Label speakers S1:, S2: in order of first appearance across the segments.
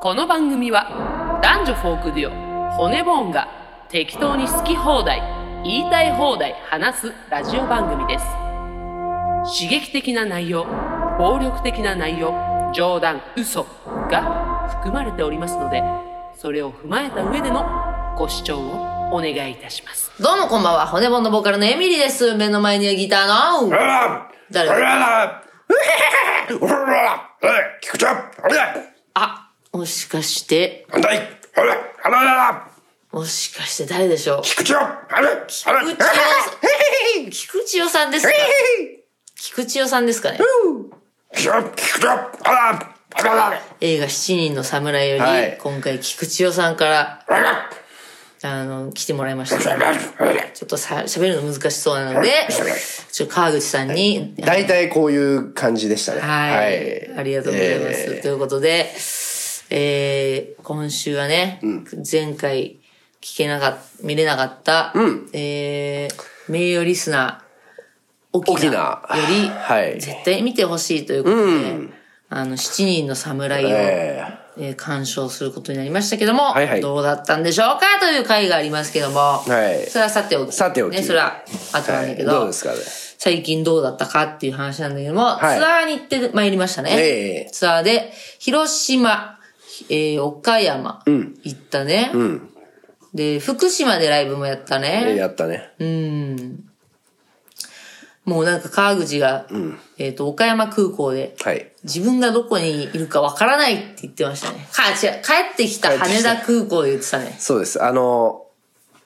S1: この番組は男女フォークデュオ骨ボーンが適当に好き放題言いたい放題話すラジオ番組です刺激的な内容暴力的な内容冗談嘘が含まれておりますのでそれを踏まえた上でのご視聴をお願いいたします
S2: どうもこんばんは、骨盆のボーカルのエミリーです。目の前にはギターの、誰だあ、もしかして、もしかして誰でしょう菊池代さんですか菊池代さんですかね映画七人の侍より、
S3: はい
S2: 今回菊池代さんから、あの、来てもらいました。ちょっとさ、喋るの難しそうなので、ちょっと川口さんに、
S3: 大体こういう感じでしたね。
S2: はい。ありがとうございます。
S3: え
S2: ということで、えー、今週はね、前回聞けなかった、見れなかった、えー、名誉リスナー、沖
S3: 沖
S2: 縄
S3: 縄
S2: より、
S3: はい
S2: 絶対見てほしいということで、あの、七人の侍を、
S3: ー
S2: え
S3: え
S2: ー鑑賞することになりましたけども、
S3: はいはい
S2: どうだったんでしょうかという回がありますけども、
S3: はい
S2: それはさておき。
S3: さておき
S2: ね、それは後
S3: ー
S2: な
S3: は
S2: んだ
S3: い
S2: けど、
S3: どうですかね。
S2: 最近どうだったかっていう話なんだけども、
S3: い
S2: ツアーに行ってまいりましたね。
S3: ええ
S2: ツアーで、広島、えー岡山、行ったね、で、福島でライブもやった
S3: えー
S2: ね。
S3: やったね。
S2: もうなんか川口が、えっ、と、岡山空港で、
S3: はい。
S2: 自分がどこにいるかわからないって言ってましたね。か、違う、帰ってきた
S3: 帰って
S2: 羽
S3: きた
S2: 田空港で言ってたね。
S3: そうです。あの、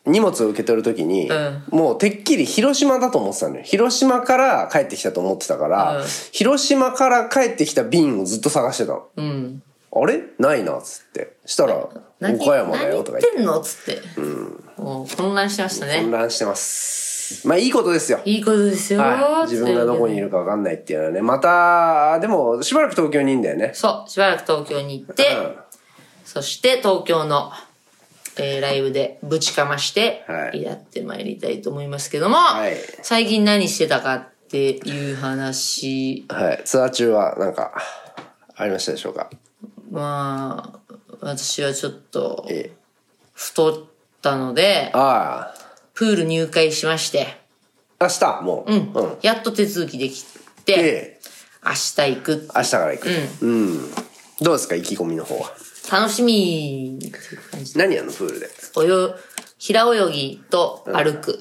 S3: 荷物を受け取るときに、
S2: ん
S3: もうてっきり広島だと思ってたのよ。広島から帰ってきたと思ってたから、広島から帰ってきた便をずっと探してたの。あれないな、つって。したら、
S2: 何
S3: 岡山だよ、とか言
S2: 何
S3: って
S2: 言。ってんのっつって。もう混乱してましたね。
S3: 混乱してます。まあいいことですよ。
S2: いいことですよ、
S3: はい。自分がどこにいるか分かんないっていうのはね。また、でも、しばらく東京にいんだよね。
S2: そう、しばらく東京に行って、
S3: うん
S2: そして東京の、えーライブでぶちかまして、
S3: はい
S2: やってまいりたいと思いますけども、
S3: はい
S2: 最近何してたかっていう話、
S3: はい。ツアー中は、なんか、ありましたでしょうか。
S2: まあ、私はちょっと
S3: え
S2: 太ったので、
S3: あ
S2: プール入会しまして、
S3: あ、明日、もう。うん。
S2: やっと手続きできて、
S3: ええ、
S2: 明日行く。
S3: 明日から行く。うん。どうですか、意気込みの方は。
S2: 楽しみっていう感じで。
S3: 何やんの、プールで。
S2: およ、平泳ぎと歩く。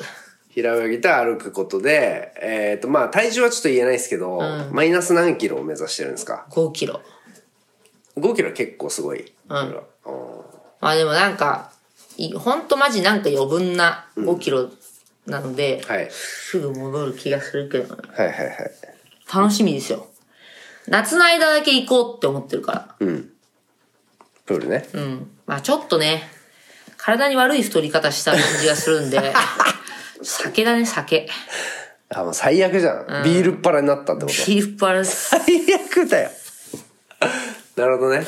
S3: 平泳ぎと歩くことで、えっ、と、まあ、体重はちょっと言えないですけど、マイナス何キロを目指してるんですか
S2: 5キロ。
S3: ?5 キロ結構すごい。
S2: うん
S3: それはうん
S2: まあでもなんか、いほんとマジなんか余分な5キロなので、
S3: はい。
S2: すぐ戻る気がするけどな、
S3: はいはいはい。
S2: 楽しみですよ。夏の間だけ行こうって思ってるから。
S3: プールね。
S2: うん。まあちょっとね、体に悪い太り方した感じがするん で、酒だね、酒。
S3: あ、もう最悪じゃん。ビールっ腹になったってこと。
S2: ビールパルス、
S3: 最悪だよ。 なるほどね。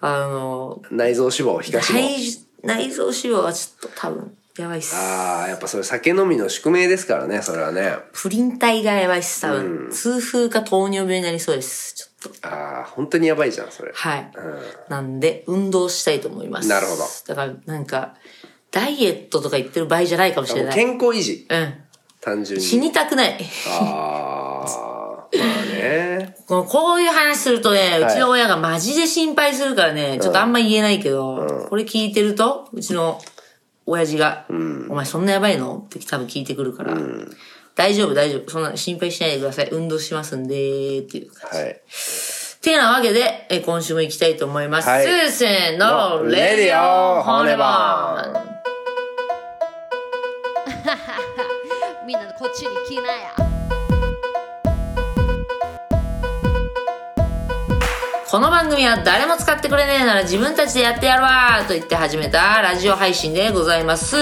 S2: あの、
S3: 内臓脂肪、東脂肪。
S2: 内内臓脂肪はちょっと多分、やばいっす。
S3: ああ、やっぱそれ酒飲みの宿命ですからね、それはね。
S2: プリン体がやばいっす、多分。痛風か糖尿病になりそうです。ちょっと。
S3: ああ、本当にやばいじゃん、それ。
S2: はい。なんで、運動したいと思います。
S3: なるほど
S2: だから、なんか、ダイエットとか言ってる場合じゃないかもしれ
S3: もう
S2: ない。
S3: 健康維持。
S2: うん。
S3: 単純
S2: 死
S3: に。
S2: にたくない。
S3: ああ、まあね。
S2: このこういう話するとね、
S3: はいう
S2: ちの親がマジで心配するからね、ちょっとあんま言えないけど、これ聞いてると、うちの親父が、お前そんなやばいのって多分聞いてくるから、大丈夫大丈夫、そんな心配しないでください。運動しますんでーっていう感じ。
S3: はい。
S2: てなわけで、えー今週も行きたいと思います。
S3: はい
S2: スーセンのレ
S3: レ
S2: デ
S3: デ
S2: ィ
S3: ィ
S2: オ
S3: オ
S2: ホ
S3: ホ
S2: ネ
S3: ネ
S2: バ
S3: バ
S2: ー
S3: ー
S2: ン
S3: ン
S4: みんなこっちに来なや。
S2: この番組は誰も使ってくれねえなら自分たちでやってやるわーと言って始めたラジオ配信でございます。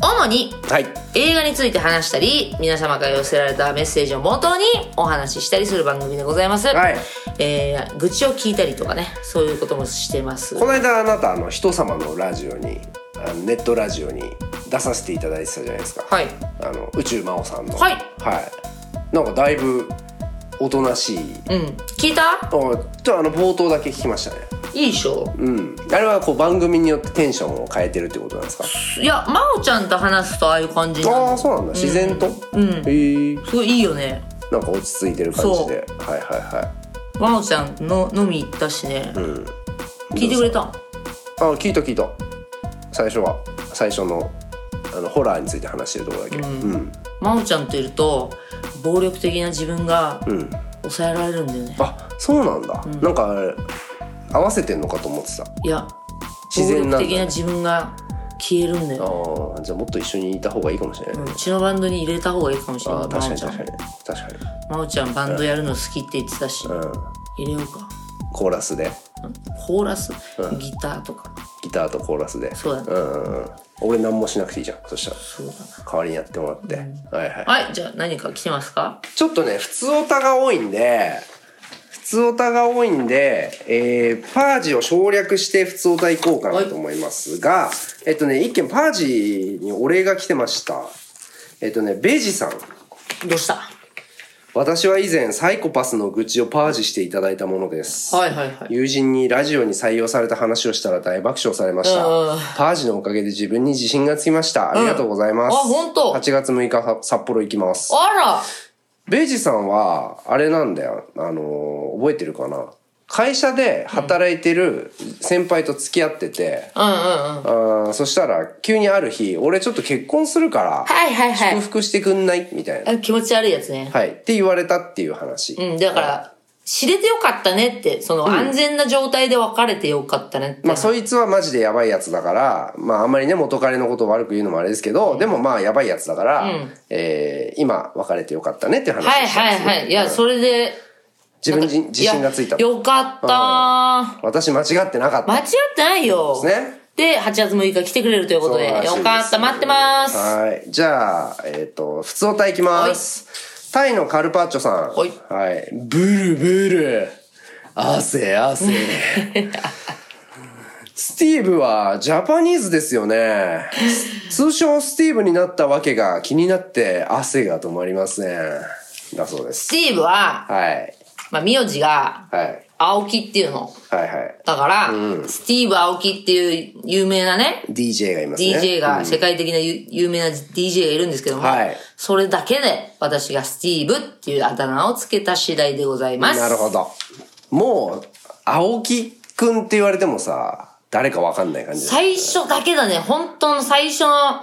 S2: 主に
S3: はい。
S2: 映画について話したり、皆様から寄せられたメッセージを元にお話ししたりする番組でございます。
S3: はい
S2: えー、愚痴を聞いたりとかね、そういうこともしてます。
S3: この間あなた、あの、人様のラジオに、あのネットラジオに出させていただいてたじゃないですか。
S2: はい。
S3: あの、宇宙真央さんの。
S2: はい
S3: はい。なんかだいぶ、おとなしい。
S2: うん。聞いた
S3: あちょっとあの、冒頭だけ聞きましたね。
S2: いいでしょ
S3: うん、あれはこう番組によってテンションを変えてるってことなんですか
S2: いや真央ちゃんと話すとああいう感じにな
S3: あ
S2: る
S3: あそうなんだ自然と、
S2: うん
S3: へえ
S2: すごいいいよね
S3: なんか落ち着いてる感じではいはいは
S2: 真央ちゃんの飲み行ったしね、聞いてくれたん
S3: いあ聞いた聞いた最初は最初のあのホラーについて話してるところだけうん
S2: 真央ちゃんといると暴力的な自分が
S3: うん、
S2: 抑えられるんだよね
S3: あそうなんだ、なんかあれ合わせてんのかと思ってた
S2: いや暴
S3: 自然な
S2: 力
S3: んだ
S2: 的な自分が消えるんだ
S3: あ
S2: よ、
S3: ーじゃあもっと一緒にいた方がいいかもしれない、
S2: う
S3: ね
S2: んうちのバンドに入れた方がいいかもしれ
S3: あ
S2: な
S3: あ
S2: い
S3: 確
S2: 真
S3: か
S2: 央
S3: に
S2: ちゃん
S3: 確かに確かに
S2: 真央ちゃんバンドやるの好きって言ってたし、
S3: うん
S2: 入れようか
S3: コーラスで
S2: コーラス、ギターとか
S3: ギターとコーラスで
S2: そうだね
S3: んうんうん俺何もしなくていいじゃんそしたら
S2: そうだな
S3: 代わりにやってもらって、はいはい
S2: はいじゃあ何か来てますか
S3: ちょっとね、普通オタが多いんで、普通オタが多いんで、えー、パージを省略して普通オタ行こうかなと思いますが、えっとね、一件パージにお礼が来てました。えっとね、ベジさん。
S2: どうした
S3: 私は以前サイコパスの愚痴をパージしていただいたものです。
S2: はいはいはい
S3: 友人にラジオに採用された話をしたら大爆笑されました
S2: うん。
S3: パージのおかげで自分に自信がつきました。ありがとうございます。
S2: あ本当
S3: ?8 月6日さ札幌行きます。
S2: あ
S3: ベイジさんは、あれなんだよ。あのー覚えてるかな会社で働いてる先輩と付き合ってて、
S2: らうんうんうん
S3: あーそしたら急にある日、俺ちょっと結婚するから、
S2: はいはいはい
S3: 祝福してくんないみたいな。
S2: あ気持ち悪いやつね、
S3: はい。って言われたっていう話。
S2: うんだから知れてよかったねってその安全な状態で別れてよかったねって、
S3: まあそいつはマジでやばいやつだから、まああんまりね、元彼のことを悪く言うのもあれですけど、でもまあやばいやつだから、えー今別れてよかったねっていう話を
S2: はい
S3: したん
S2: は
S3: で
S2: い
S3: すね
S2: はいいや
S3: うん
S2: それで
S3: 自分に自信がついた
S2: やよかったー
S3: 私間違ってなかった。
S2: 間違ってないよ
S3: ですね
S2: で8月6日来てくれるということで
S3: そうらしい
S2: よ
S3: です
S2: かった待ってます
S3: はい。じゃあ、えっ、と、普通おタいきます。タイのカルパッチョさん。
S2: はい
S3: はい。ブルブル。汗 汗。スティーブはジャパニーズですよね。通称スティーブになったわけが気になって汗が止まりません。だそうで
S2: ス
S3: す。
S2: ティーブは、
S3: はい。
S2: まあ、名字が
S3: はい。
S2: 青木っていうの
S3: はいはい。
S2: だから、スティーブ青木っていう有名なね
S3: DJ がいますね。
S2: DJ が、
S3: うん
S2: 世界的な有有名な DJ がいるんですけども、
S3: はい
S2: それだけで私がスティーブっていうあだ名をつけた次第でございます
S3: なるほど。もう、青木くんって言われてもさ、誰かわかんない感じだ
S2: 最
S3: ね
S2: 初だけだね本当の最初の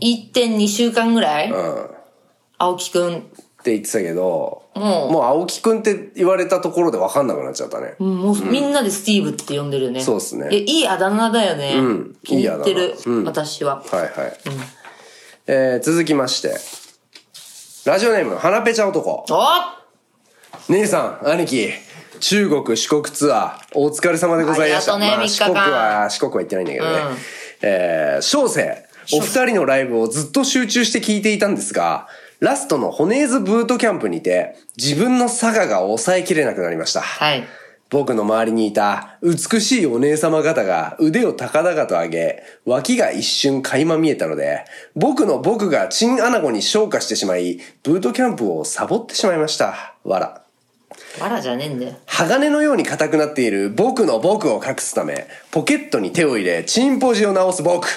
S2: 1.2週間ぐらい、
S3: うん。っ
S2: 青木くん
S3: て言ってたけど、
S2: もう
S3: もう青木くんって言われたところで分かんなくなっちゃったね。
S2: もうみんなでスティーブって呼んでるよね。
S3: そうっすね
S2: いや、いいあだ名だよね。
S3: うん
S2: 気に入って
S3: いい
S2: る
S3: あだ名うん
S2: 私は。
S3: はいはい。えー、続きまして。ラジオネーム、はなぺちゃ男。
S2: お
S3: 姉さん、兄貴、中国四国ツアー、お疲れ様でございました。
S2: ありがとうね
S3: ま
S2: 三
S3: あ
S2: 日
S3: 四
S2: 間
S3: 国は、四国は行ってないんだけどね。
S2: うん
S3: えー、小生、お二人のライブをずっと集中して聞いていたんですが、ラストのホネーズブートキャンプにて、自分の佐賀が抑えきれなくなりました。
S2: はい。
S3: 僕の周りにいた美しいお姉様方が腕を高々と上げ、脇が一瞬垣間見えたので、僕の僕がチンアナゴに昇華してしまい、ブートキャンプをサボってしまいました。わら。
S2: わらじゃねえんだよ。
S3: 鋼のように硬くなっている僕の僕を隠すため、ポケットに手を入れ、チンポジを直す僕。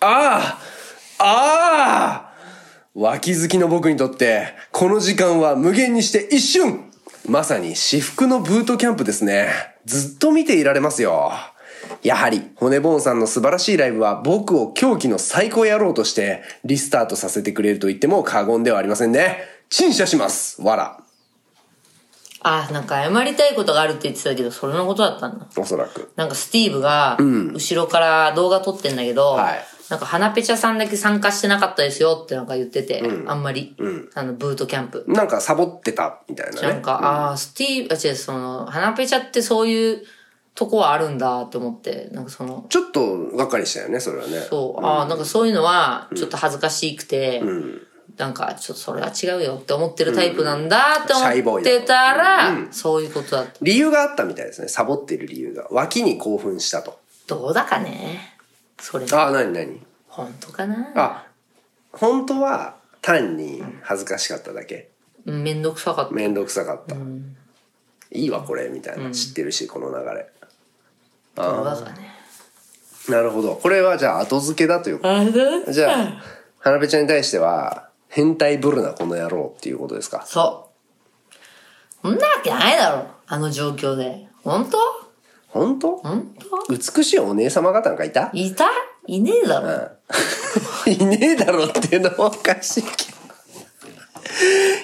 S3: ああああ脇好きの僕にとって、この時間は無限にして一瞬まさに至福のブートキャンプですね。ずっと見ていられますよ。やはり、骨ボーンさんの素晴らしいライブは僕を狂気の最高野郎としてリスタートさせてくれると言っても過言ではありませんね。陳謝します。わら。
S2: あ、なんか謝りたいことがあるって言ってたけど、それのことだったんだ。
S3: おそらく。
S2: なんかスティーブが、後ろから動画撮ってんだけど、
S3: はい
S2: なんか花ペチャさんだけ参加してなかったですよってなんか言ってて、あんまり、あの、ブートキャンプ。
S3: なんかサボってたみたいなね。
S2: なんか、ああ、スティーブ、あ、違う、その、花ペチャってそういうとこはあるんだって思って、なんかその、
S3: ちょっとがっかりしたよね、それはね。
S2: そう、ああ、なんかそういうのは、ちょっと恥ずかしくて、なんか、ちょっとそれは違うよって思ってるタイプなんだって
S3: シャイ
S2: 思
S3: ボ
S2: っ
S3: ーイ
S2: てたら、そういうことだった。
S3: 理由があったみたいですね、サボっている理由が。脇に興奮したと。
S2: どうだかねそれ、
S3: ああ、なになに
S2: 本当かな
S3: あ、本当は単に恥ずかしかっただけ。
S2: うんめんどくさかった。
S3: めんどくさかった。いいわこれみたいな知ってるしこの流れ
S2: バカね。
S3: なるほどこれはじゃあ後付けだという
S2: あれ
S3: じゃあ花部ちゃんに対しては変態ブルなこの野郎っていうことですか
S2: そう。そんなわけないだろ。あの状況で。本当
S3: 本当
S2: 本当
S3: 美しいお姉様方なんかいた
S2: いたいねえだろ。
S3: いねえだろっていうのもおかしいけど。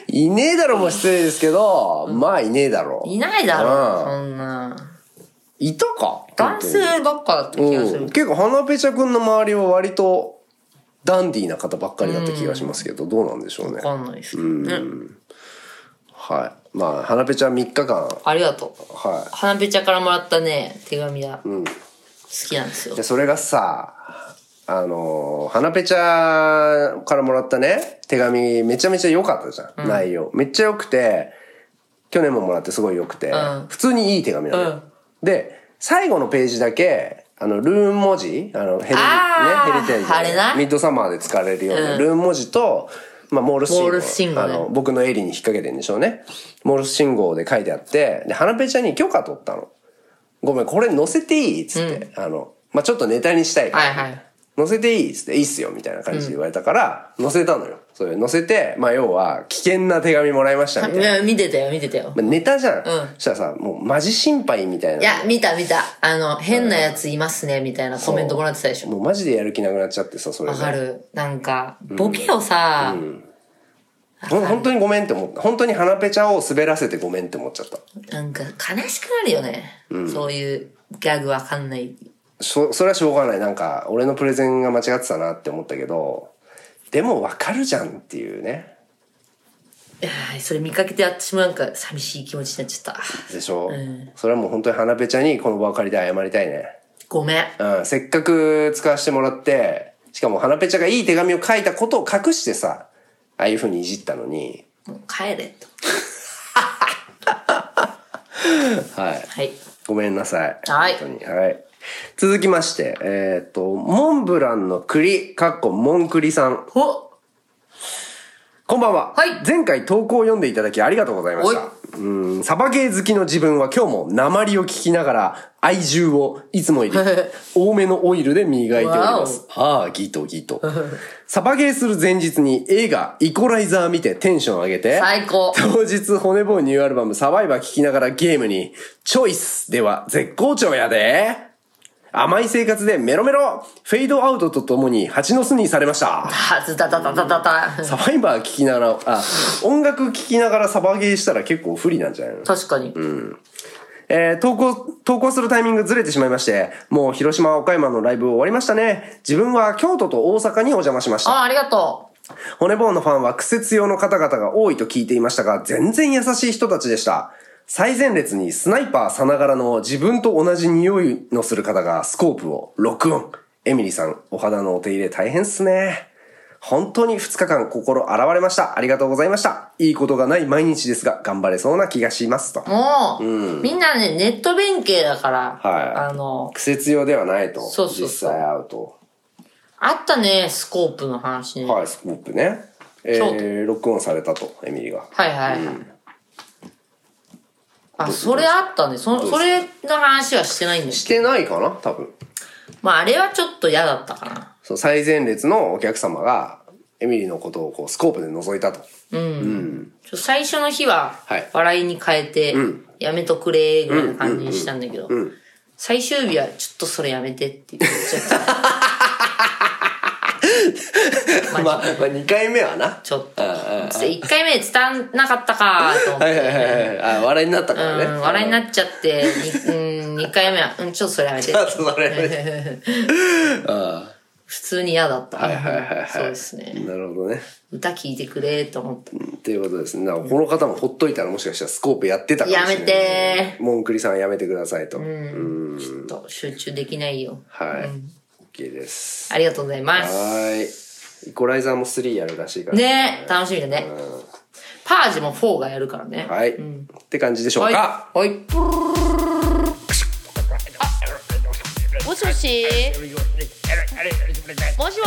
S3: いねえだろも失礼ですけど、まあいねえだろ。
S2: いないだろ。
S3: う
S2: そんな。
S3: いたか
S2: 男性ばっかだった気がす
S3: う
S2: る
S3: ん。結構花ペチャ君の周りは割とダンディーな方ばっかりだった気がしますけど、どうなんでしょうね
S2: わ。かんないですけどね。
S3: はい。まあ、花ペチャ3日間、は
S2: ありがとう。
S3: い。
S2: 花ぺちゃからもらったね、手紙だ。好きなんですよ
S3: で、。それがさ、あのー、花ペチャからもらったね、手紙めちゃめちゃ良かったじゃん、内容。めっちゃ良くて、去年ももらってすごい良くて、
S2: ん
S3: 普通にいい手紙なのよ、
S2: うん
S3: で、最後のページだけ、あの、ルーン文字あの、ヘリ、ね
S2: あ、ー
S3: ヘリテージの
S2: あれな
S3: ミッドサマーで使われるようなルーン文字と、まあ、モールス信号。
S2: モールス信号
S3: あ
S2: ね
S3: の、僕の襟に引っ掛けてんでしょうね。モールス信号で書いてあって、で、花ペチャに許可取ったの。ごめん、これ載せていいっつって、あの、まあ、ちょっとネタにしたいから、
S2: はいはい。
S3: 載せていいっつって、いいっすよ、みたいな感じで言われたから、載せたのよ。それ載せて、まあ、要は、危険な手紙もらいましたみた
S2: い
S3: いな。
S2: や見てたよ、見てたよ
S3: ま。あ、ネタじゃん。
S2: うん
S3: そしたらさ、もう、マジ心配みたいな。
S2: いや、見た見た。あの、変なやついますね、みたいなコメントもらってたでしょ。
S3: もうマジでやる気なくなっちゃってさ、それ
S2: わ
S3: で。
S2: かる。なんか、ボケをさ、
S3: ほん本当にごめんって思った。本当に鼻ペチャを滑らせてごめんって思っちゃった。
S2: なんか悲しくなるよね。そういうギャグわかんない。
S3: しょそれはしょうがないなんか俺のプレゼンが間違ってたなって思ったけどでもわかるじゃんっていうね
S2: いやーそれ見かけて私もなんか寂しい気持ちになっちゃった。
S3: でしょ、それはもう本当に花ペチャにこの場を借りて謝りたいね、
S2: ごめん。
S3: うん、せっかく使わせてもらってしかも花ペチャがいい手紙を書いたことを隠してさああいう風にいじったのに
S2: もう帰れと。
S3: はい
S2: はい。
S3: ごめんなさい。
S2: はい
S3: 本当に。はい。続きまして、えっ、と、モンブランの栗、かっこモン栗さん。
S2: お
S3: こんばんは。
S2: はい
S3: 前回投稿を読んでいただきありがとうございました
S2: おい。
S3: うん、サバゲー好きの自分は今日も鉛を聞きながら愛獣をいつ もより多めのオイルで磨いております。ああ、ギトギト。サバゲーする前日に映画イコライザー見てテンション上げて、
S2: 最高
S3: 当日骨棒ニューアルバムサバイバー聞きながらゲームに、チョイスでは絶好調やで。甘い生活でメロメロフェードアウトとともに蜂の巣にされました。
S2: はずだだだだだだ。
S3: サバイバー聞きながら、あ、音楽聞きながらサバゲーしたら結構不利なんじゃないの
S2: 確かに。
S3: えー投稿、投稿するタイミングずれてしまいまして、もう広島、岡山のライブ終わりましたね。自分は京都と大阪にお邪魔しました。
S2: あ、ありがと
S3: 骨棒のファンは苦節用の方々が多いと聞いていましたが、全然優しい人たちでした。最前列にスナイパーさながらの自分と同じ匂いのする方がスコープを録音。エミリーさん、お肌のお手入れ大変っすね。本当に2日間心洗われました。ありがとうございました。いいことがない毎日ですが、頑張れそうな気がしますと
S2: う。。もう、みんなね、ネット弁慶だから、
S3: はい
S2: あの、
S3: 苦節用ではないと。
S2: そうそうそう
S3: 実際会うと。
S2: あったね、スコープの話ね。
S3: はい、スコープね。え
S2: 京
S3: ー、ロックオンされたと、エミリーが。
S2: はいはいはい。あ、それあったね。そ、
S3: う
S2: それの話はしてないんです
S3: し
S2: け
S3: てないかな多分。
S2: ど。まあ、あれはちょっと嫌だったかな。
S3: そう最前列のお客様がエミリーのことをこうスコープで覗いたと
S2: ちょ最初の日は
S3: はい、
S2: 笑いに変えて、やめとくれ、ぐらいの感じにしたんだけど、最終日は、ちょっとそれやめて って言っちゃった。
S3: まあ、まあ、2回目はな
S2: ちょっと。1回目で伝わんなかったか、と思っ
S3: はいはい
S2: て。
S3: はいはい あ笑いになったか
S2: う
S3: らね
S2: ん、笑いになっちゃって、にうん、2回目は、うん、ちょっとそれやめて。
S3: あ そうそ れね
S2: 普通に嫌だった。
S3: はいはいはいはい
S2: そうですね。
S3: なるほどね
S2: 歌聴いてくれ、と思って。
S3: ということですねだからこの方もほっといたらもしかしたらスコープやってたかもしれない
S2: やめて
S3: モンクリさんやめてくださいと、
S2: ちょっと集中できないよ。
S3: はい、OK です
S2: ありがとうございま
S3: は
S2: す。
S3: ーいイコライザーも3やるらしいから
S2: ねえ、楽しみだね。パージも4がやるからね。
S3: はい、って感じでしょうか、
S2: はい。
S4: もしもしもしもーし
S5: あ、もしももしも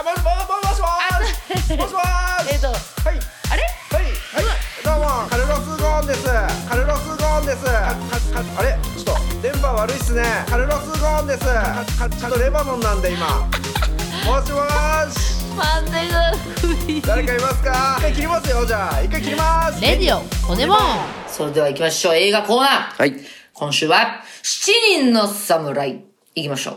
S5: ーし。もしもーし。
S4: えっと
S5: はい。
S4: あれ
S5: はい。はい。どうも、カルロスゴーンです。ですかかかあれちょっと電波悪いっすねカルロス・ゴーンですかかちょっとレバノンなんで今もしもーし
S4: マンデが古い
S5: 誰かいますか一回切りますよじゃあ一回切ります
S4: レディオ骨もん
S2: それでは行きましょう。映画コーナー。
S3: はい。
S2: 今週は、七人の侍。行きましょう。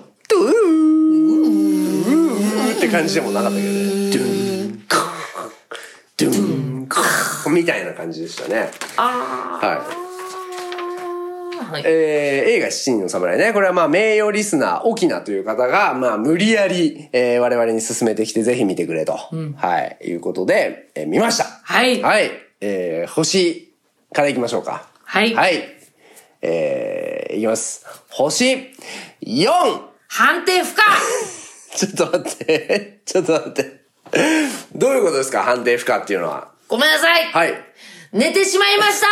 S3: って感じでもなかったけどね。ドゥン、カードゥン、カーみたいな感じでしたね。はい。
S2: はい
S3: えー、映画七人の侍ね。これはまあ名誉リスナー、沖縄という方が、まあ無理やり、えー我々に勧めてきてぜひ見てくれと。はい。いうことで、えー見ました。
S2: はい
S3: はい。えー、星からいきましょうか。
S2: はい
S3: はい。えー、いきます。星 4!
S2: 判定不可
S3: ちょっと待って。 ちょっと待って。どういうことですか判定不可っていうのは。
S2: ごめんなさい、
S3: はい。
S2: 寝てしまいました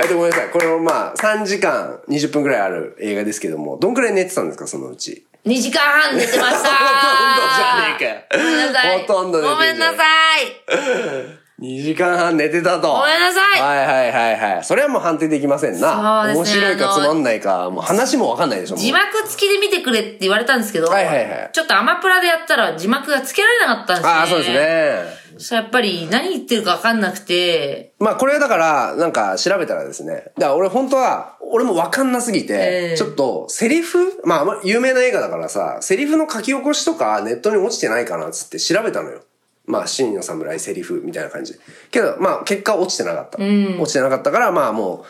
S3: えっと、ごめんなさい。これもまあ、3時間20分くらいある映画ですけども、どんくらい寝てたんですかそのうち。
S2: !2 時間半寝てました
S3: ほとんどじゃねえかよ
S2: ごめんなさい。
S3: ほとんど寝てんじゃん
S2: ごめんなさい。
S3: 2時間半寝てたと。ご
S2: めんなさい
S3: はいはいはいはい。それはもう判定できませんな。
S2: そうですね
S3: 面白いか
S2: あ
S3: つ
S2: の
S3: まんないか、もう話もわかんないでしょ。もう
S2: 字幕付きで見てくれって言われたんですけど、
S3: はいはいはい
S2: ちょっとアマプラでやったら字幕が付けられなかったんですね。
S3: ああ、そうです。ね。
S2: やっぱり何言ってるか分かんなくて、
S3: まあこれはだから、なんか調べたらですね。だから俺本当は、俺もわかんなすぎて、
S2: ええ
S3: ちょっとセリフまあまあ有名な映画だからさ、セリフの書き起こしとかネットに落ちてないかなっつって調べたのよ。まあ、真の侍セリフみたいな感じ。けど、まあ結果落ちてなかった。落ちてなかったから、まあも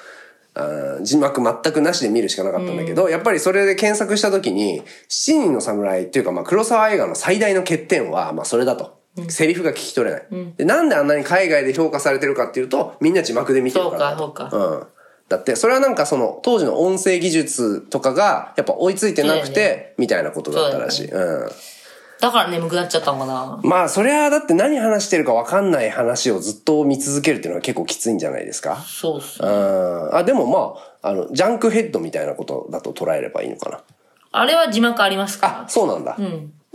S3: う、あー字幕全くなしで見るしかなかったんだけど、やっぱりそれで検索した時に、七人の侍っていうか、まあ黒沢映画の最大の欠点は、まあそれだと。セリフが聞き取れない、で。なんであんなに海外で評価されてるかっていうと、みんな字幕で見てるからだと。
S2: そうかそう
S3: うん。だって、それはなんかその、当時の音声技術とかが、やっぱ追いついてなく
S2: そうだよ
S3: て、みたいなことだったらしい。うん。
S2: だから眠くなっちゃったのかな。
S3: まあ、それはだって何話してるかわかんない話をずっと見続けるっていうのは結構きついんじゃないですか
S2: そうっす
S3: う
S2: ね。
S3: ん。あ、でもまあ、あの、ジャンクヘッドみたいなことだと捉えればいいのかな。
S2: あれは字幕あります
S3: あ
S2: か、
S3: そうなんだ。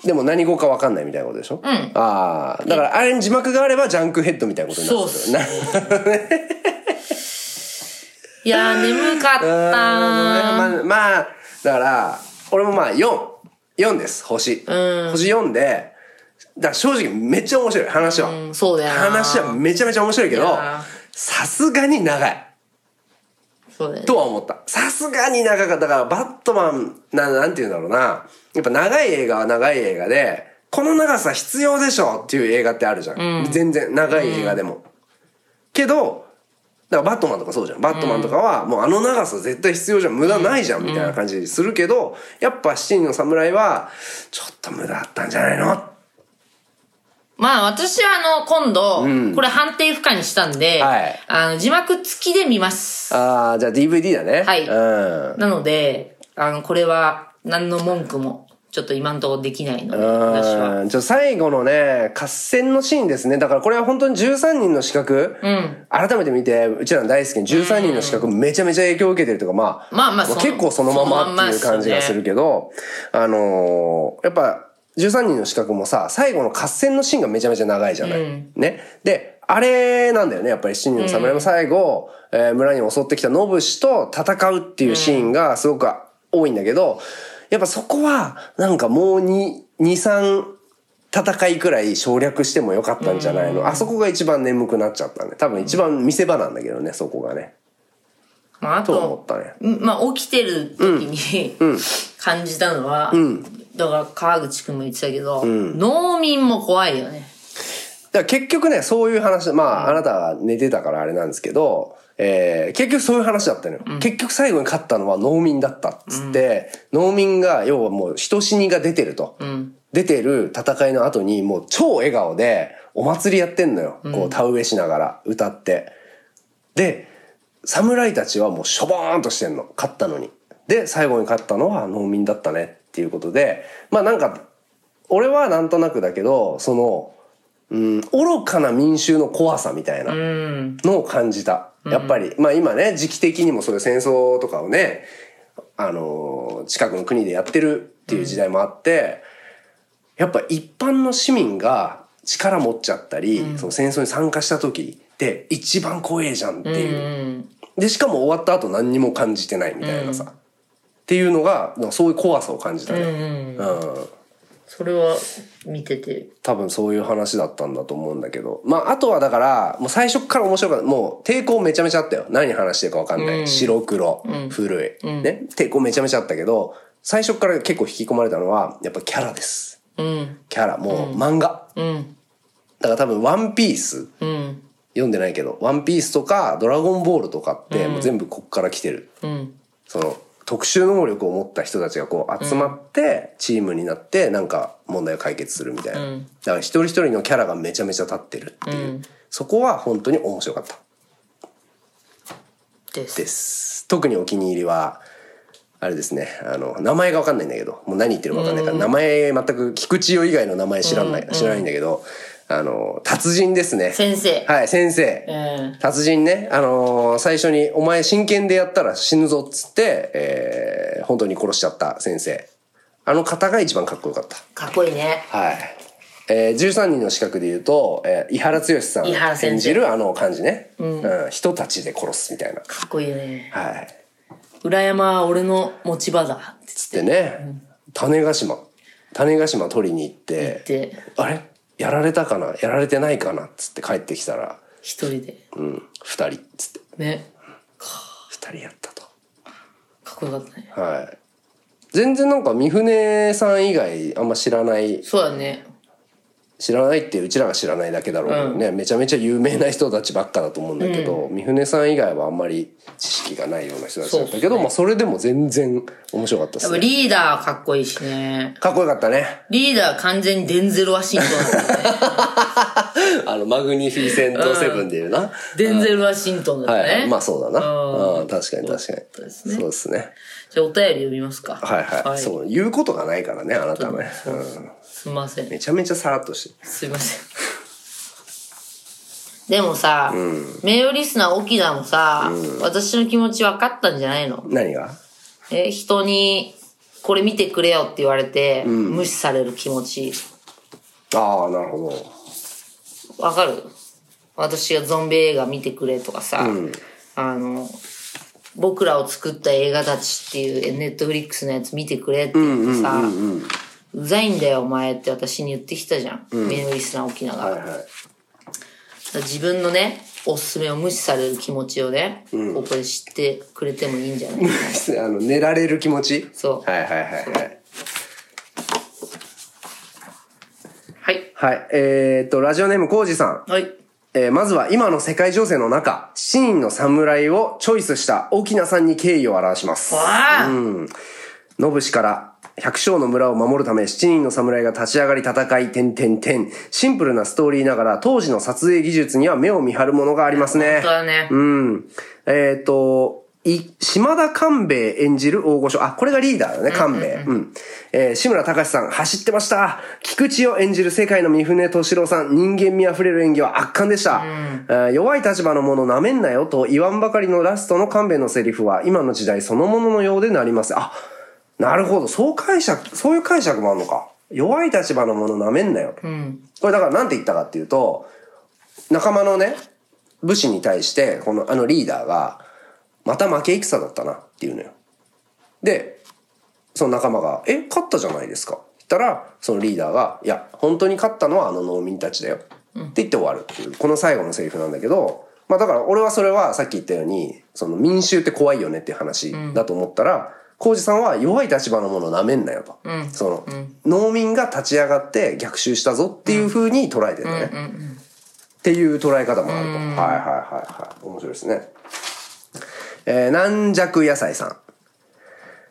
S3: でも何語かわかんないみたいなことでしょうん。ああ、だからあれに字幕があればジャンクヘッドみたいなことになってたんだよね。
S2: いやー、眠かった
S3: まあ、まあ、だから、俺もまあ4、4です、星。星4で、だから正直めっちゃ面白い、話は。
S2: うんそうだよな
S3: 話はめちゃめちゃ面白いけど
S2: いや、
S3: さすがに長い。
S2: そうだよね。
S3: とは思った。さすがに長かったから、バットマン、な、なんて言うんだろうな。やっぱ長い映画は長い映画で、この長さ必要でしょっていう映画ってあるじゃん。全然、長い映画でも。けど、だからバットマンとかそうじゃん。バットマンとかは、もうあの長さ絶対必要じゃん。無駄ないじゃん、みたいな感じするけど、やっぱ七人の侍は、ちょっと無駄だったんじゃないの
S2: まあ私はあの、今度、
S3: ん
S2: これ判定不可にしたんで、
S3: はい
S2: あの、字幕付きで見ます。
S3: ああ、じゃあ DVD だね。
S2: はい
S3: うん。
S2: なので、あの、これは何の文句も、ちょっと今んとこできないので、私は。
S3: うんちょっと最後のね、合戦のシーンですね。だからこれは本当に13人の資格、改めて見て、うちらの大好きな13人の資格めちゃめちゃ影響を受けてるとか、まあ、
S2: まあまあその
S3: 結構そのま
S2: そのまん
S3: ま
S2: まっ
S3: っ
S2: てす
S3: い
S2: ね
S3: う感じがするけど、あのーやっぱ、13人の資格もさ、最後の合戦のシーンがめちゃめちゃ長いじゃない。ね。で、あれなんだよね、やっぱり七人の侍も最後、えー村に襲ってきたノブシと戦うっていうシーンがすごく多いんだけど、やっぱそこは、なんかもう2、2、3、戦いくらい省略してもよかったんじゃないの、あそこが一番眠くなっちゃったね多分一番見せ場なんだけどねそこがね
S2: まあ、あ
S3: と思
S2: と
S3: っ、たね
S2: うんまあ、起きてる時に、感じたのは、だから川口くんも言ってたけど、農民も怖いよね。
S3: だから結局ねそういう話まああなたが寝てたからあれなんですけど、えー結局そういう話だったのよ、結局最後に勝ったのは農民だったっつって、農民が要はもう人死にが出てると、出てる戦いの後にもう超笑顔でお祭りやってんのよ、こう田植えしながら歌ってで侍たちはもうしょぼーんとしてんの勝ったのにで最後に勝ったのは農民だったねっていうことでまあなんか俺はなんとなくだけどその、うん、愚かな民衆の怖さみたいなのを感じた、やっぱりまあ今ね時期的にもそういう戦争とかをねあのー近くの国でやってるっていう時代もあって、やっぱ一般の市民が力持っちゃったり、その戦争に参加した時って一番怖えじゃんっていう。でしかも終わった後何にも感じてないみたいなさ、っていうのがなんかそういう怖さを感じたね、うん
S2: それは見てて。
S3: 多分そういう話だったんだと思うんだけどまああとはだからもう最初から面白かったもう抵抗めちゃめちゃあったよ何話してるか分かんない、白黒、古い、ね抵抗めちゃめちゃあったけど最初から結構引き込まれたのはやっぱキャラです
S2: うん。
S3: キャラもう漫画、
S2: うん。
S3: だから多分「ワンピース
S2: うん。
S3: 読んでないけど「ワンピースとか「ドラゴンボール」とかってもう全部こっから来てる
S2: うん。
S3: その特殊能力を持った人たちがこう集まってチームになってなんか問題を解決するみたいな、だから一人一人のキャラがめちゃめちゃ立ってるっていう、そこは本当に面白かった
S2: です。
S3: です特にお気に入りはあれですねあの名前が分かんないんだけどもう何言ってるか分かんないから、名前全く菊池代以外の名前知らない、知らないんだけどあの達人ですね
S2: 先生。
S3: はい先生、
S2: うん。
S3: 達人ね、あのー最初に、お前真剣でやったら死ぬぞっつって、えー本当に殺しちゃった先生。あの方が一番かっこよかった。
S2: かっこいいね。
S3: はい。えー、13人の資格で言うと、えー、井原剛さん
S2: 井原先生
S3: 演じるあの感じね。うん。人たちで殺すみたいな。
S2: かっこいいね。
S3: はい。
S2: 裏山は俺の持ち場だ。って
S3: つってね、種子島。種子島取りに行って、
S2: 言って、
S3: あれやられたかなやられてないかなっつって帰ってきたら、
S2: 一人で。
S3: うん、二人っつって、
S2: ね。
S3: 二人やったと。
S2: かっこよかったね。
S3: はい。全然なんか三船さん以外あんま知らない
S2: そうだね。
S3: 知らないってうちらが知らないだけだろうけどね、めちゃめちゃ有名な人たちばっかだと思うんだけど、三船さん以外はあんまり知識がないような人たちだったけど、まあそれでも全然面白かったで
S2: やっ
S3: す
S2: ぱ
S3: ね。
S2: リーダーかっこいいしね。
S3: かっこよかったね。
S2: リーダー完全にデンゼル・ワシントンだね。
S3: あのマグニフィセントセブンでいうな。
S2: デンゼル・ワシントンだ
S3: は
S2: ね。
S3: い、まあそうだな。
S2: うん
S3: うん、確かに確かに。
S2: ですね
S3: そうですね。
S2: じゃあお便り読みますか。
S3: はいはい。そう、言うことがないからね、あなたはね。うん
S2: すいません。
S3: めちゃめちゃさらっとして。
S2: すいません。でもさ、名誉リスナー沖縄もさ、私の気持ち分かったんじゃないの
S3: 何が
S2: え、人に、これ見てくれよって言われて、無視される気持ち。
S3: ああ、なるほど。
S2: わかる私がゾンビ映画見てくれとかさ、あの、僕らを作った映画たちっていうネットフリックスのやつ見てくれって言ってさ、うざいんだよお前って私に言ってきたじゃん。メールリスナー沖縄が。
S3: はいはい。
S2: 自分のね、おすすめを無視される気持ちをね、ここで知ってくれてもいいんじゃない
S3: あの寝られる気持ち
S2: そう
S3: はいはいはいはい
S2: はい。
S3: はいえー、っとラジオネームコウジさん、
S2: はい。
S3: えーまずは今の世界情勢の中シーンの侍をチョイスした沖名さんに敬意を表します
S2: わあ、
S3: ノブ氏から、百姓の村を守るため、七人の侍が立ち上がり戦い、点点点。シンプルなストーリーながら、当時の撮影技術には目を見張るものがありますね。
S2: 本当だね
S3: うん。えっ、と、い、島田官兵衛演じる大御所。あ、これがリーダーだね、官兵衛。うん。えー志村隆さん、走ってました。菊池を演じる世界の三船敏郎さん、人間味あふれる演技は圧巻でした。えー弱い立場のもの舐めんなよと言わんばかりのラストの官兵衛のセリフは、今の時代そのもののようでなります。あ、なるほど。そう解釈、そういう解釈もあるのか。弱い立場のもの舐めんなよ。これだからなんて言ったかっていうと、仲間のね、武士に対して、この、あのリーダーが、また負け戦だったなっていうのよ。で、その仲間が、え、勝ったじゃないですか。言ったら、そのリーダーが、いや、本当に勝ったのはあの農民たちだよ。って言って終わるっていう、この最後のセリフなんだけど、まあだから俺はそれはさっき言ったように、その民衆って怖いよねっていう話だと思ったら、浩二さんは弱い立場のもの舐めんなよと。その、農民が立ち上がって逆襲したぞっていう風に捉えてるのね。っていう捉え方もあると。はいはいはいはい。面白いですね。えー軟弱野菜さん。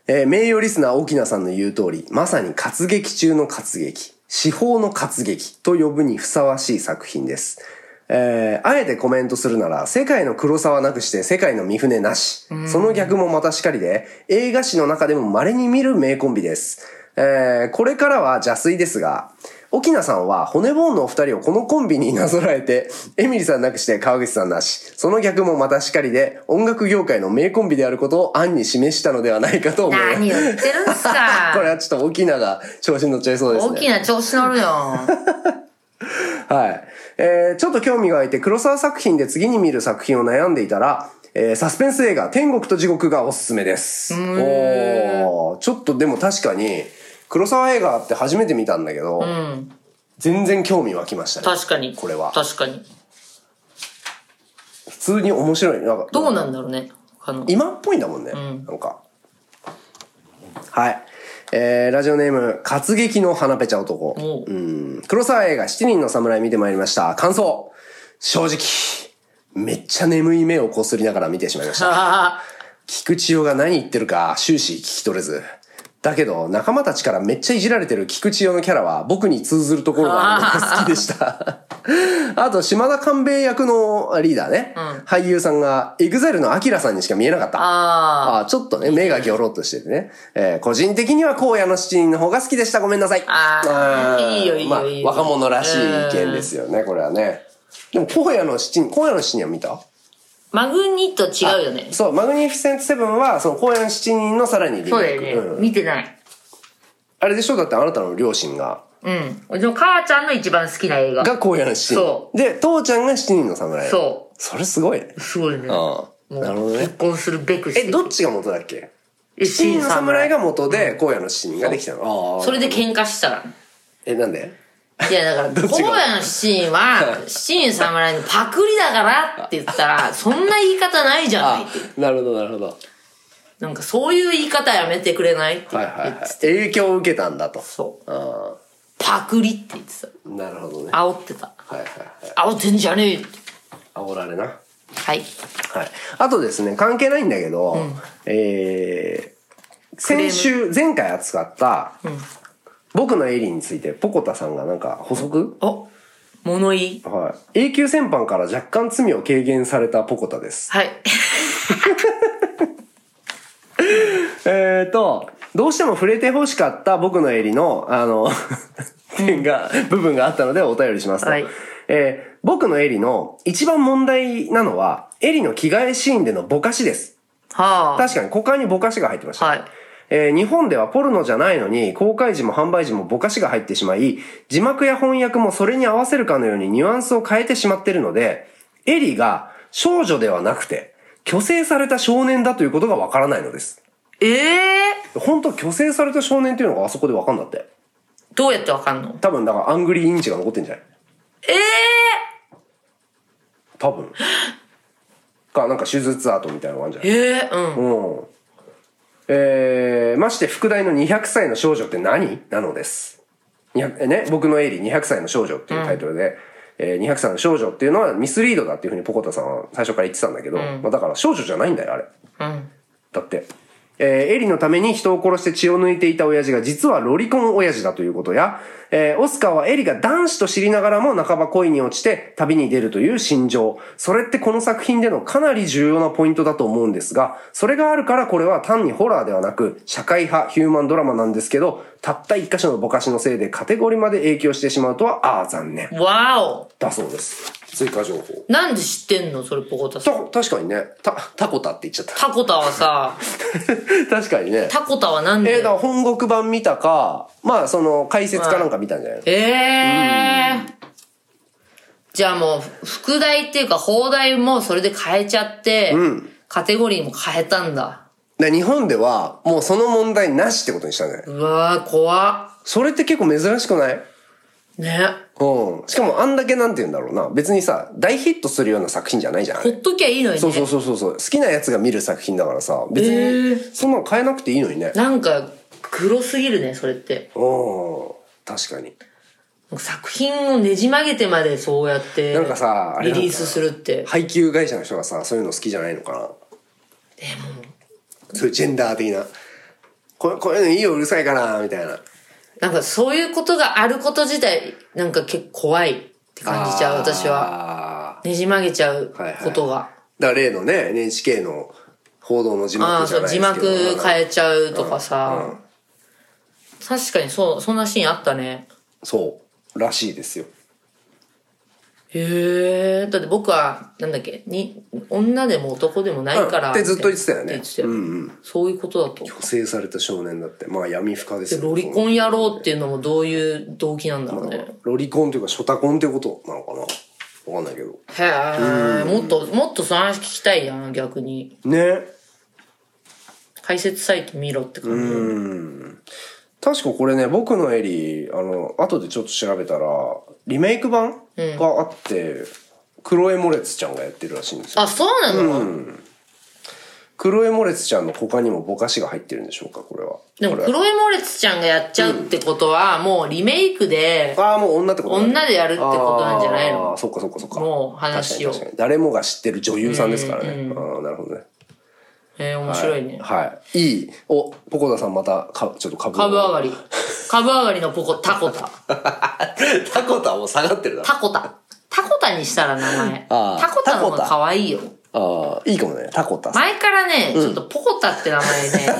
S3: えー名誉リスナー沖名さんの言う通り、まさに活劇中の活劇、司法の活劇と呼ぶにふさわしい作品です。えーあえてコメントするなら、世界の黒沢なくして世界の三船なし。その逆もまたしかりで、映画史の中でも稀に見る名コンビです。えーこれからは邪推ですが、沖名さんは骨ボーンのお二人をこのコンビになぞらえて、エミリさんなくして川口さんなし、その逆もまたしかりで、音楽業界の名コンビであることを暗に示したのではないかと思います。
S2: 何言ってるんすか
S3: これはちょっと沖縄が調子に乗っちゃいそうですね。
S2: 大きな調子乗るよ。
S3: はい。えーちょっと興味が湧いて、黒沢作品で次に見る作品を悩んでいたら、えーサスペンス映画、天国と地獄がおすすめです。おーちょっとでも確かに、黒沢映画って初めて見たんだけど、全然興味湧きましたね。
S2: 確かに。
S3: これは。
S2: 確かに。
S3: 普通に面白い。なんか、
S2: どうなんだろうね。他の。
S3: 今っぽいんだもんね、なんかはいえー、ラジオネーム「活劇の花ぺちゃ男」
S2: おう
S3: うん黒沢映画「七人の侍」見てまいりました感想正直めっちゃ眠い目をこすりながら見てしまいました
S2: あ
S3: 菊千代が何言ってるか終始聞き取れず。だけど、仲間たちからめっちゃいじられてる菊千代のキャラは僕に通ずるところがあるのが好きでした。 あと、島田官兵衛役のリーダーね。俳優さんが、エグザイルのアキラさんにしか見えなかった。
S2: あ
S3: あーちょっとね、目がギョロッとしててね。えー個人的には荒野の七人の方が好きでした。ごめんなさい。
S2: あー
S3: うん
S2: いいよいいよ
S3: まあ
S2: いいよ
S3: 若者らしい意見ですよね、これはね。でも、荒野の七人、荒野の七人は見た
S2: マグニと違うよね。
S3: そう、マグニフィセントセブンは、その、公園七人のさらにリメイク
S2: そうだよね。
S3: うん
S2: 見てない。
S3: あれでしょだってあなたの両親が、
S2: うん。うちの母ちゃんの一番好きな映画。
S3: が公園七人。
S2: そ
S3: で、父ちゃんが七人の侍。。
S2: そう
S3: それすごいね。
S2: すごいね。
S3: ああ
S2: もう
S3: なるほどね
S2: 結婚するべくして。
S3: え、どっちが元だっけ七
S2: 新
S3: 人の侍
S2: 侍
S3: が
S2: が。
S3: 元で、公園の七人ができたの。ああ。
S2: それで喧嘩したら。
S3: え、なんで
S2: いや、だか
S3: ど
S2: ら、
S3: っちが
S2: 荒野のシーンは、シーン侍のパクリだからって言ったら、そんな言い方ないじゃない
S3: あ
S2: って。、
S3: なるほど、なるほど。
S2: なんかそういう言い方やめてくれないって
S3: は
S2: 言
S3: い
S2: って、
S3: はいはい。影響を受けたんだと。
S2: そう。
S3: あ
S2: パクリって言ってた。
S3: あ、なるほどね。
S2: 煽ってた。
S3: はいはいはい。
S2: 煽ってんじゃねえって。
S3: 煽られな。
S2: はい。
S3: はい。あとですね、関係ないんだけど、えー、先週、前回扱った、僕のエリーについて、ポコタさんがなんか補足、
S2: お、物言い。
S3: はい。永久戦犯から若干罪を軽減されたポコタです。
S2: はい。
S3: えーと、どうしても触れて欲しかった僕のエリの、あの、点が、部分があったのでお便りしますと。
S2: はい
S3: えー僕のエリの一番問題なのは、エリの着替えシーンでのぼかしです。
S2: はあ。
S3: 確かに股間にぼかしが入ってました、
S2: はい
S3: えー日本ではポルノじゃないのに公開時も販売時もぼかしが入ってしまい字幕や翻訳もそれに合わせるかのようにニュアンスを変えてしまっているのでエリが少女ではなくて虚勢された少年だということがわからないのです
S2: ええ
S3: 本当虚勢された少年っていうのがあそこでわかんだって
S2: ー、どうやってわかんの
S3: 多分だからアングリーインチが残ってんじゃない
S2: ええ
S3: 多分かなんか手術跡みたいなのがあるんじゃない
S2: ー、ええー、うん。
S3: うん。えー、まして副題の200歳の少女って何なのです。200えね、僕のエリー200歳の少女っていうタイトルで、えー200歳の少女っていうのはミスリードだっていうふうにポコタさんは最初から言ってたんだけど、まあ、だから少女じゃないんだよ、あれ。だって。えーエリのために人を殺して血を抜いていた親父が実はロリコン親父だということや、えーオスカーはエリが男子と知りながらも半ば恋に落ちて旅に出るという心情。それってこの作品でのかなり重要なポイントだと思うんですが、それがあるからこれは単にホラーではなく、社会派ヒューマンドラマなんですけど、たった一箇所のぼかしのせいでカテゴリーまで影響してしまうとは、ああ、残念。
S2: わお
S3: だそうです。追加情報。
S2: なんで知ってんのそれポコタさ
S3: た、
S2: ん。
S3: 確かにね。た、タコタって言っちゃった。
S2: タコタはさ、
S3: 確かにね。
S2: タコタはなん
S3: えー、
S2: で
S3: だから本国版見たか、まあその解説かなんか見たんじゃないの、
S2: ええー。じゃあもう、副題っていうか、放題もそれで変えちゃって、カテゴリーも変えたんだ。
S3: で日本ではもうその問題なしってことにしたんじゃないう
S2: わー、怖っ
S3: それって結構珍しくない
S2: ね。
S3: うん。しかもあんだけなんて言うんだろうな。別にさ、大ヒットするような作品じゃないじゃん。あ
S2: ほ
S3: れ
S2: っときゃいいのにね。
S3: そうそうそうそうそう。好きなやつが見る作品だからさ、別
S2: え
S3: にそんなの変えなくていいのにね。
S2: なんか、黒すぎるね、それって。
S3: うん。確かに。
S2: 作品をねじ曲げてまでそうやって、
S3: なんかさあれ
S2: リ
S3: なんだ
S2: リースするって。
S3: 配給会社の人がさ、そういうの好きじゃないのかな。でも。そういうジェンダー的な。これこういうのいいよ、うるさいかな、みたいな。
S2: なんかそういうことがあること自体、なんか結構怖いって感じちゃう、私は。
S3: は。
S2: ねじ曲げちゃう
S3: はいはい
S2: ことが。
S3: だから例のね NHK の報道の字
S2: あ
S3: 幕
S2: あ、
S3: じゃ
S2: そ
S3: な
S2: う、
S3: いです
S2: 字
S3: けど
S2: 幕変えちゃうとかさ。
S3: うんうん
S2: 確かにそう、そんなシーンあったね。
S3: そうらしいですよ
S2: へへえ。だって僕は、なんだっけ、に、女でも男でもないから。
S3: うんってずっと言ってたよね
S2: って言ってたよそういうことだと。
S3: 補正された少年だってまあ闇深です
S2: で
S3: よ
S2: ロリコンやろうっていうのもどういう動機なんだろうね。
S3: ロリコンというかショタコンっていうことなのかなわかんないけど
S2: へえ。もっと、もっとその話聞きたいやん、逆に。
S3: ね
S2: 解説サイト見ろって感じ。
S3: 確かこれね僕のエリーあの後でちょっと調べたらリメイク版があって、クロエ・モレツちゃんがやってるらしいんですよ
S2: あ、そうなの、
S3: クロエ・モレツちゃんの他にもぼかしが入ってるんでしょうかこれは
S2: でも、クロエ・モレツちゃんがやっちゃうってことは、もうリメイクで、
S3: ああもう女ってことね
S2: 女でやるってことなんじゃないの
S3: あーそっかそっかそっか
S2: もう話を
S3: 確かに確かに誰もが知ってる女優さんですからね、ああなるほどね
S2: えー、面白いね。
S3: はいいいおポコダさんまたかちょっと株を
S2: 株上がり。株上がりのポコ、タコタ。
S3: タコとはもう下がってるな
S2: タコタ。タコタにしたら名前。
S3: あー
S2: タコタの方
S3: タコ
S2: が
S3: タ
S2: 可愛いよ。
S3: ああいいかもねタコタさん
S2: 前からね、ちょっとポコタって名前ね、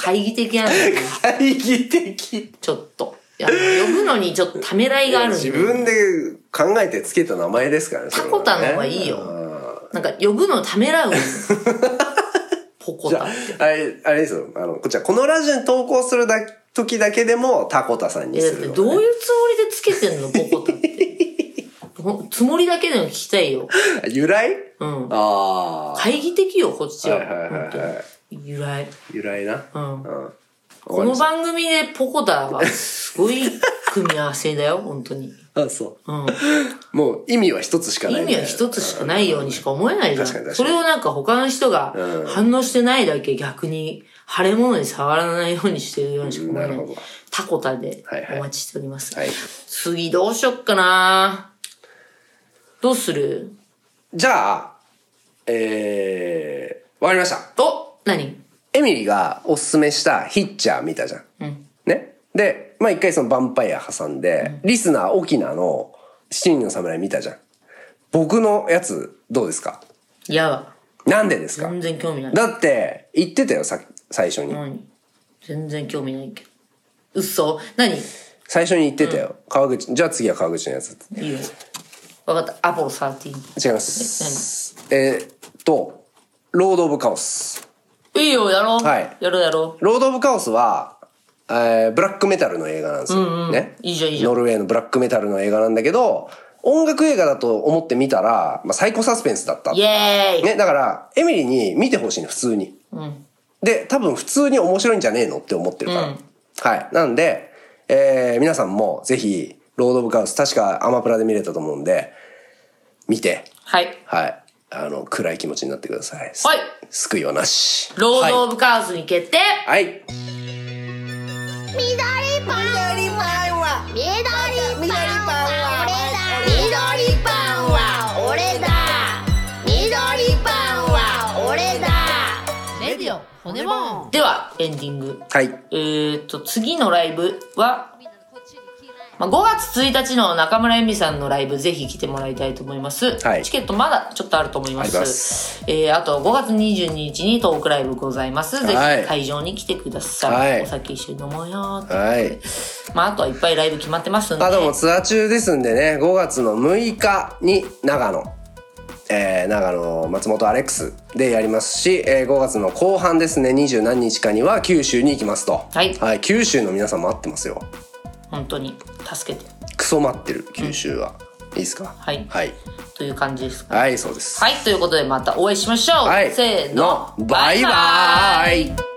S2: 懐疑的なんだ よね
S3: 会議的
S2: ちょっと。いや呼ぶのにちょっとためらいがあるんだ
S3: 自
S2: よ
S3: 分で考えてつけた名前ですからね
S2: タコタの方がいいよなんか呼ぶのためらう のポコ
S3: じゃ
S2: タ
S3: あ
S2: って。
S3: あれあれですよあのこっちはこのラジオに投稿するだ時だけでもタコタさんに
S2: え、だっ
S3: す
S2: て
S3: るの
S2: どう
S3: が
S2: いう
S3: ね
S2: つもりでつけてんのポコタって。ほつもりだけでも聞きたいよ。
S3: 由来
S2: うん。
S3: ああ
S2: 懐疑的よ、こっちは。
S3: はいはいはいは
S2: 由来。
S3: い由来な
S2: うん。
S3: うん
S2: この番組でポコタはすごい組み合わせだよ、本当に。。
S3: あそううんもう意味は一つしかない
S2: 意
S3: みたい
S2: 味
S3: な
S2: は一つしかないようにしか思えないじゃん。
S3: 確かに確か
S2: そ
S3: に
S2: れをなんか他の人が
S3: うん
S2: 反応してないだけ逆に腫れ物に触らないようにしてるようにしか思えな
S3: ないるほど。
S2: タコタで
S3: はいはい
S2: お待ちしております。
S3: はい
S2: 次どうしよっかなどうする
S3: じゃあえー、わかりました
S2: お何
S3: エミリーがおすすめしたヒッチャー見たじゃん。ね。で、まあ一回そのヴァンパイア挟んで、リスナー沖縄の七人の侍見たじゃん。僕のやつどうですか
S2: いやわ。
S3: なんでですか
S2: 全然興味ない。
S3: だって言ってたよさ最初に。
S2: 何全然興味ないけど。嘘何
S3: 最初に言ってたよ。川口、じゃあ次は川口のやつ。
S2: いいよ。わかった。アポロ13。
S3: 違います。えーっと、ロード・オブ・カオス。
S2: いいよ、やろう。
S3: はい
S2: やろうやろ
S3: ロード・オブ・カオスは、えーブラックメタルの映画なんですよ。ね。
S2: いいじゃんいいじゃん
S3: ノルウェーのブラックメタルの映画なんだけど、音楽映画だと思って見たら、まあ、サイコサスペンスだった
S2: う。イ。エーイ、
S3: ね、だから、エミリーに見てほしいの、普通に。で、多分普通に面白いんじゃねえのって思ってるから。はい。なんで、えー皆さんもぜひ、ロード・オブ・カウス、確かアマプラで見れたと思うんで、見て、
S2: はい。
S3: はい。あの、暗い気持ちになってください。
S2: はい。
S3: 救いはなし。
S2: ロード・オ
S3: ブ・
S2: ブ・カースに決定、
S3: はい。はい
S6: 緑パンは緑パンは俺だ緑パンは俺だ緑パンは俺だ
S4: レディオ骨もん
S2: では、エンディング。
S3: はい。
S2: えー、と、次のライブは、まあ、5月1日の中村恵美さんのライブ、ぜひ来てもらいたいと思います。
S3: はい
S2: チケットまだちょっとあると思いま。
S3: あります
S2: えー、あと、5月22日にトークライブございます。ぜひ
S3: はい
S2: 会場に来てください。
S3: はい
S2: お酒一緒に飲もうよー
S3: はい。
S2: まあ、あとはいっぱいライブ決まってますんで。
S3: あ、でもツアー中ですんでね、5月の6日に長野。えー長野松本アレックスでやりますし、えー5月の後半ですね二十何日かには九州に行きますと
S2: はい
S3: 九州の皆さん待ってますよ
S2: 本当に、助けて。
S3: クソ待ってる九州は、いいですか
S2: はい
S3: はい、
S2: という感じですか。
S3: はい、そうです
S2: はい、ということでまたお会いしましょう。
S3: はい
S2: せーの、
S3: バイバイ